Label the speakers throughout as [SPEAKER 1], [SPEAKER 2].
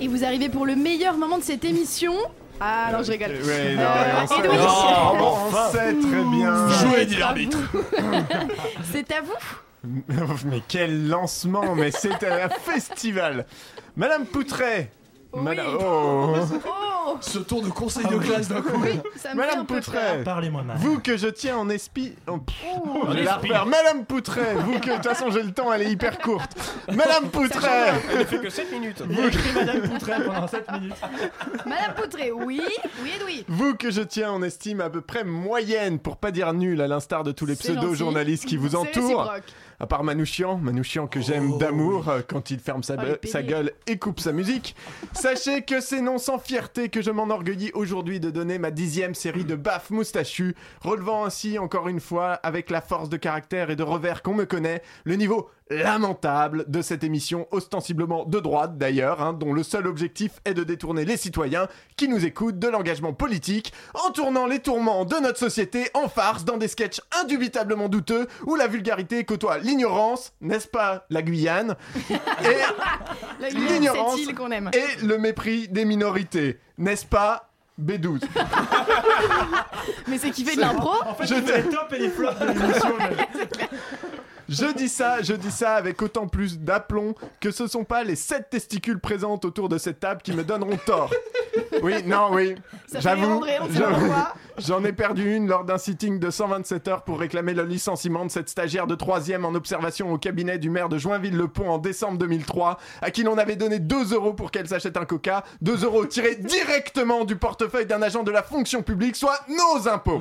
[SPEAKER 1] Et vous arrivez pour le meilleur moment de cette émission. Ah non, je rigole.
[SPEAKER 2] Ouais, non,
[SPEAKER 1] Euh,
[SPEAKER 2] on sait-
[SPEAKER 1] Edwige.
[SPEAKER 2] Oh, on sait très bien.
[SPEAKER 3] Jouez, dit l'arbitre.
[SPEAKER 1] C'est à vous.
[SPEAKER 2] mais quel lancement, mais c'est un festival. Madame Poutret. Madame, oh.
[SPEAKER 1] Oh
[SPEAKER 3] Ce tour de
[SPEAKER 4] Ah
[SPEAKER 3] conseil de classe d'un coup.
[SPEAKER 1] Oui, ça me fait un
[SPEAKER 2] Madame
[SPEAKER 1] peu
[SPEAKER 2] Poutret.
[SPEAKER 4] Parlez-moi mal.
[SPEAKER 2] Vous que je tiens en espie. oh, pff,
[SPEAKER 1] peur.
[SPEAKER 2] je vais la refaire. Madame Poutret, vous que de toute façon j'ai le temps, elle est hyper courte. Madame Poutret,
[SPEAKER 5] fait que 7 minutes.
[SPEAKER 4] Il a écrit Madame Poutret pendant 7 minutes.
[SPEAKER 1] Madame Poutré, oui, oui et oui.
[SPEAKER 2] vous que je tiens en estime à peu près moyenne, pour pas dire nulle, à l'instar de tous les
[SPEAKER 1] C'est gentil.
[SPEAKER 2] pseudo-journalistes qui vous
[SPEAKER 1] C'est
[SPEAKER 2] entourent.
[SPEAKER 1] réciproque.
[SPEAKER 2] À part Manouchian, Manouchian que j'aime d'amour euh, quand il ferme sa,
[SPEAKER 1] Oh,
[SPEAKER 2] be-
[SPEAKER 1] les pédés.
[SPEAKER 2] sa gueule et coupe sa musique. Sachez que c'est non sans fierté que je m'enorgueillis aujourd'hui de donner ma dixième série de baffes moustachues, relevant ainsi encore une fois, avec la force de caractère et de revers qu'on me connaît, le niveau lamentable de cette émission ostensiblement de droite d'ailleurs, hein, dont le seul objectif est de détourner les citoyens qui nous écoutent de l'engagement politique en tournant les tourments de notre société en farce dans des sketchs indubitablement douteux où la vulgarité côtoie l'ignorance, n'est-ce pas la Guyane et,
[SPEAKER 1] La
[SPEAKER 2] L'ignorance.
[SPEAKER 1] Guyane, cette île qu'on aime.
[SPEAKER 2] et le mépris des minorités, n'est-ce pas B12
[SPEAKER 1] Mais c'est qui fait de l'impro
[SPEAKER 4] En fait,
[SPEAKER 2] Je
[SPEAKER 4] je les top et les flops de l'émission. là.
[SPEAKER 2] Je dis ça, je dis ça avec autant plus d'aplomb que ce sont pas les sept testicules présentes autour de cette table qui me donneront tort. Oui, non, oui.
[SPEAKER 1] Ça fait les
[SPEAKER 2] J'avoue,
[SPEAKER 1] André, on sait pas
[SPEAKER 2] j'avoue.
[SPEAKER 1] pourquoi.
[SPEAKER 2] j'en ai perdu une lors d'un sitting de 127 heures pour réclamer le licenciement de cette stagiaire de 3 en observation au cabinet du maire de Joinville-le-Pont en décembre 2003, à qui l'on avait donné 2 euros pour qu'elle s'achète un coca, 2 euros tirés directement du portefeuille d'un agent de la fonction publique, soit nos impôts.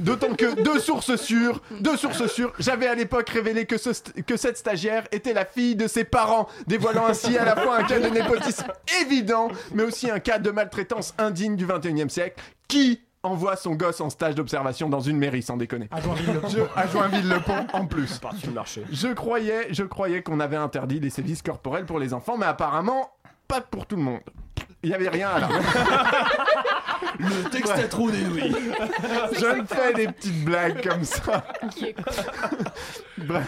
[SPEAKER 2] D'autant que deux sources sûres, deux sources sûres, j'avais à l'époque révélé que, ce st- que cette stagiaire était la fille de ses parents, dévoilant ainsi à la fois un cas de népotisme évident, mais aussi un cas de maltraitance indigne du 21e siècle. Qui envoie son gosse en stage d'observation dans une mairie, sans déconner
[SPEAKER 4] À Joinville-le-Pont.
[SPEAKER 2] Je, À Joinville-le-Pont en plus.
[SPEAKER 5] Parti du marché.
[SPEAKER 2] Je croyais, je croyais qu'on avait interdit les sévices corporels pour les enfants, mais apparemment, pas pour tout le monde. Il n'y avait rien à la
[SPEAKER 3] Le texte à trop dénoué.
[SPEAKER 2] Je me fais des petites blagues comme ça. Bref,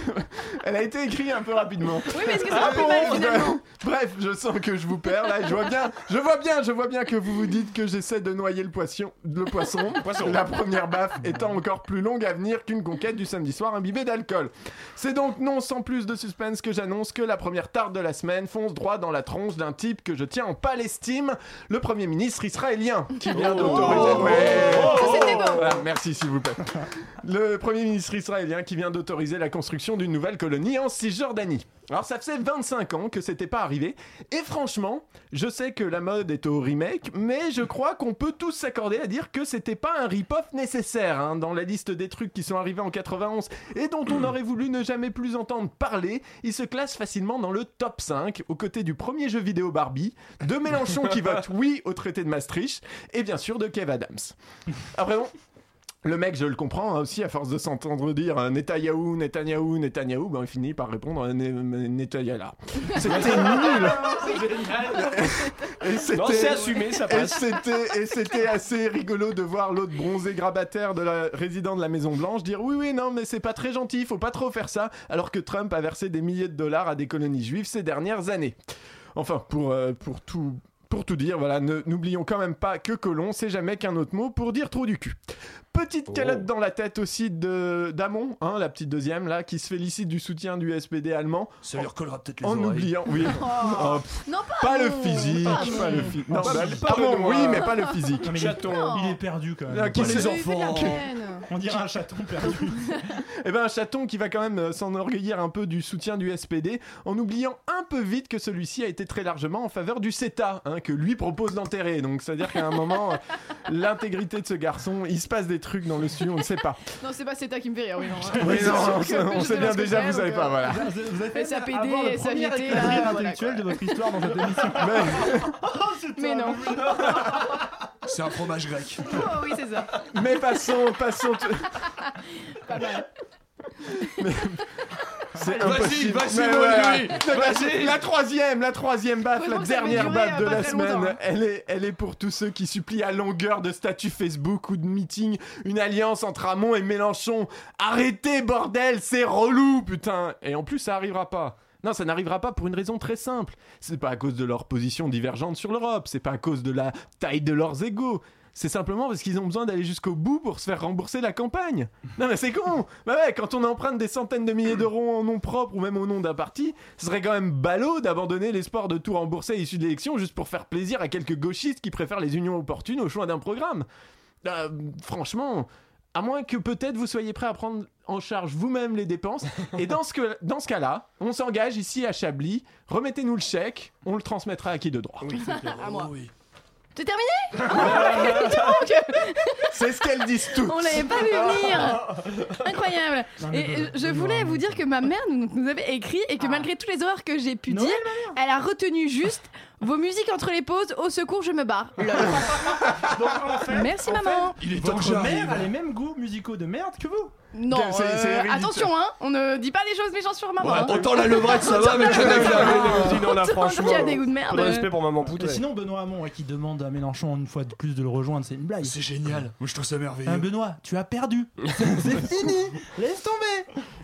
[SPEAKER 2] elle a été écrite un peu rapidement.
[SPEAKER 1] Oui, mais est-ce que ça
[SPEAKER 2] Ah
[SPEAKER 1] va plus
[SPEAKER 2] bon,
[SPEAKER 1] mal finalement
[SPEAKER 2] Bref, je sens que je vous perds là. Je vois bien, je vois bien, je vois bien que vous vous dites que j'essaie de noyer le poisson, le poisson. La première baffe étant encore plus longue à venir qu'une conquête du samedi soir imbibée d'alcool. C'est donc non sans plus de suspense que j'annonce que la première tarte de la semaine fonce droit dans la tronche d'un type que je tiens en Palestine, le premier ministre israélien, qui vient d'autoriser.
[SPEAKER 3] Oh.
[SPEAKER 2] Ouais.
[SPEAKER 1] Ça, Ah, c'était beau.
[SPEAKER 2] Voilà, merci s'il vous plaît. Le Premier ministre israélien qui vient d'autoriser la construction d'une nouvelle colonie en Cisjordanie. Alors ça faisait 25 ans que c'était pas arrivé et franchement, je sais que la mode est au remake, mais je crois qu'on peut tous s'accorder à dire que c'était pas un rip-off nécessaire hein. dans la liste des trucs qui sont arrivés en 91 et dont on aurait voulu ne jamais plus entendre parler. Il se classe facilement dans le top 5 aux côtés du premier jeu vidéo Barbie, de Mélenchon qui vote oui au traité de Maastricht et bien sûr de Kev Adams. Ah, Après bon, le mec, je le comprends hein, aussi, à force de s'entendre dire euh, Netanyahou, Netanyahou, Netanyahou, ben, il finit par répondre euh, Ne- Ne- Netanyahla. C'était nul Et
[SPEAKER 5] Non, c'est
[SPEAKER 2] c'était.
[SPEAKER 5] assumé, ça
[SPEAKER 2] Et
[SPEAKER 5] passe.
[SPEAKER 2] c'était, et c'était assez rigolo de voir l'autre bronzé grabataire de la résident de la Maison Blanche dire oui oui non mais c'est pas très gentil, faut pas trop faire ça, alors que Trump a versé des milliers de dollars à des colonies juives ces dernières années. Enfin pour euh, pour tout pour tout dire, voilà, ne- n'oublions quand même pas que colon, c'est jamais qu'un autre mot pour dire trop du cul.
[SPEAKER 3] Oh.
[SPEAKER 2] Petite calotte dans la tête aussi de d'Amon, hein, la petite deuxième là, qui se félicite du soutien du SPD allemand,
[SPEAKER 3] Ça lui recollera peut-être les
[SPEAKER 2] en
[SPEAKER 3] oreilles.
[SPEAKER 2] oubliant, oui, Oh, pff,
[SPEAKER 1] Non, pas
[SPEAKER 2] pas le
[SPEAKER 1] Amon,
[SPEAKER 2] physique,
[SPEAKER 1] pas Amon.
[SPEAKER 2] pas le physique, non,
[SPEAKER 5] Pas-
[SPEAKER 2] bah,
[SPEAKER 5] pas
[SPEAKER 2] Amon,
[SPEAKER 5] Benoît.
[SPEAKER 2] oui, mais pas le physique.
[SPEAKER 4] Non, mais il-
[SPEAKER 5] Chaton.
[SPEAKER 4] Il est perdu quand
[SPEAKER 2] Là,
[SPEAKER 4] même.
[SPEAKER 2] qui
[SPEAKER 3] Pas les
[SPEAKER 2] s'est-
[SPEAKER 1] J'ai eu fait de la
[SPEAKER 3] enfants.
[SPEAKER 1] peine.
[SPEAKER 4] On dirait un chaton perdu.
[SPEAKER 2] Eh ben un chaton qui va quand même euh, s'enorgueillir un peu du soutien du SPD en oubliant un peu vite que celui-ci a été très largement en faveur du CETA hein, que lui propose d'enterrer. Donc c'est-à-dire qu'à un moment euh, l'intégrité de ce garçon, il se passe des trucs dans le studio, on ne sait pas.
[SPEAKER 1] Non, c'est pas c'est toi qui me fait rire, oui, non.
[SPEAKER 2] Oui,
[SPEAKER 1] C'est
[SPEAKER 2] non,
[SPEAKER 1] sûr
[SPEAKER 2] on
[SPEAKER 1] que-
[SPEAKER 2] sait- on
[SPEAKER 1] je
[SPEAKER 2] sait bien
[SPEAKER 1] ce que
[SPEAKER 2] déjà,
[SPEAKER 1] c'est,
[SPEAKER 2] vous
[SPEAKER 1] donc,
[SPEAKER 2] savez
[SPEAKER 1] euh,
[SPEAKER 2] pas, voilà.
[SPEAKER 4] Vous vous avez fait
[SPEAKER 1] SAPD,
[SPEAKER 4] avoir le premier
[SPEAKER 1] SAVT,
[SPEAKER 4] éclairage
[SPEAKER 1] là, voilà,
[SPEAKER 4] intellectuel
[SPEAKER 1] quoi.
[SPEAKER 4] de votre histoire dans cette émission.
[SPEAKER 2] Mais,
[SPEAKER 1] Mais non.
[SPEAKER 3] C'est un fromage grec.
[SPEAKER 1] Oh oui, c'est ça.
[SPEAKER 2] mais passons, passons. tout-
[SPEAKER 1] Pas mal.
[SPEAKER 2] C'est
[SPEAKER 3] Vas-y,
[SPEAKER 2] impossible.
[SPEAKER 3] vas-y,
[SPEAKER 2] Mais
[SPEAKER 3] mon
[SPEAKER 2] ouais. Mais
[SPEAKER 3] Louis,
[SPEAKER 2] bah,
[SPEAKER 3] vas-y.
[SPEAKER 2] La troisième, la troisième baffe, la
[SPEAKER 1] Heureusement que ça avait
[SPEAKER 2] dernière
[SPEAKER 1] duré,
[SPEAKER 2] baffe
[SPEAKER 1] euh,
[SPEAKER 2] de
[SPEAKER 1] pas
[SPEAKER 2] la
[SPEAKER 1] très longtemps,
[SPEAKER 2] semaine.
[SPEAKER 1] hein.
[SPEAKER 2] Elle est, elle est pour tous ceux qui supplient à longueur de statut Facebook ou de meeting une alliance entre Hamon et Mélenchon. Arrêtez, bordel, c'est relou, putain. Et en plus, ça arrivera pas. Non, ça n'arrivera pas pour une raison très simple. C'est pas à cause de leur position divergente sur l'Europe, c'est pas à cause de la taille de leurs égaux. C'est simplement parce qu'ils ont besoin d'aller jusqu'au bout pour se faire rembourser la campagne. Non mais c'est con Bah ouais, quand on emprunte des centaines de milliers d'euros en nom propre ou même au nom d'un parti, ce serait quand même ballot d'abandonner l'espoir de tout rembourser issu de l'élection juste pour faire plaisir à quelques gauchistes qui préfèrent les unions opportunes au choix d'un programme. Euh, franchement, à moins que peut-être vous soyez prêt à prendre en charge vous-même les dépenses. Et dans ce, que, dans ce cas-là, on s'engage ici à Chablis, remettez-nous le chèque, on le transmettra à qui de droit.
[SPEAKER 1] À moi.
[SPEAKER 3] Oui.
[SPEAKER 1] C'est terminé
[SPEAKER 2] C'est ce qu'elles disent toutes.
[SPEAKER 1] On l'avait pas vu venir Incroyable
[SPEAKER 4] Non, mais
[SPEAKER 1] Et
[SPEAKER 4] de-
[SPEAKER 1] euh, je
[SPEAKER 4] de-
[SPEAKER 1] voulais vous dire que ma mère nous, nous avait écrit et que malgré tous les horreurs que j'ai pu
[SPEAKER 4] Noël,
[SPEAKER 1] dire, elle a retenu juste vos musiques entre les pauses, au secours, je me barre. Lol.
[SPEAKER 4] Donc, en fait,
[SPEAKER 1] Merci
[SPEAKER 4] en
[SPEAKER 1] maman
[SPEAKER 3] Il est temps que
[SPEAKER 4] Votre
[SPEAKER 3] j'arrive.
[SPEAKER 4] mère a les mêmes goûts musicaux de merde que vous.
[SPEAKER 1] Non,
[SPEAKER 2] c'est-
[SPEAKER 1] euh,
[SPEAKER 2] c'est héréditaire.
[SPEAKER 1] attention, hein, on ne dit pas des choses méchantes sur maman. hein.
[SPEAKER 3] Autant la levrette, ça va, mais que la
[SPEAKER 1] Ça va.
[SPEAKER 5] non,
[SPEAKER 3] viande.
[SPEAKER 5] là,
[SPEAKER 1] Tout le monde
[SPEAKER 5] franchement,
[SPEAKER 1] qui a des goûts de
[SPEAKER 5] Pas
[SPEAKER 1] merde.
[SPEAKER 5] de respect pour maman Poutre.
[SPEAKER 4] Et Euh, sinon, Benoît Hamon, hein, qui demande à Mélenchon une fois de plus de le rejoindre, c'est une blague.
[SPEAKER 3] C'est génial. Moi, je trouve ça
[SPEAKER 4] Hein,
[SPEAKER 3] merveilleux.
[SPEAKER 4] Benoît, tu as perdu. c'est fini. Laisse tomber.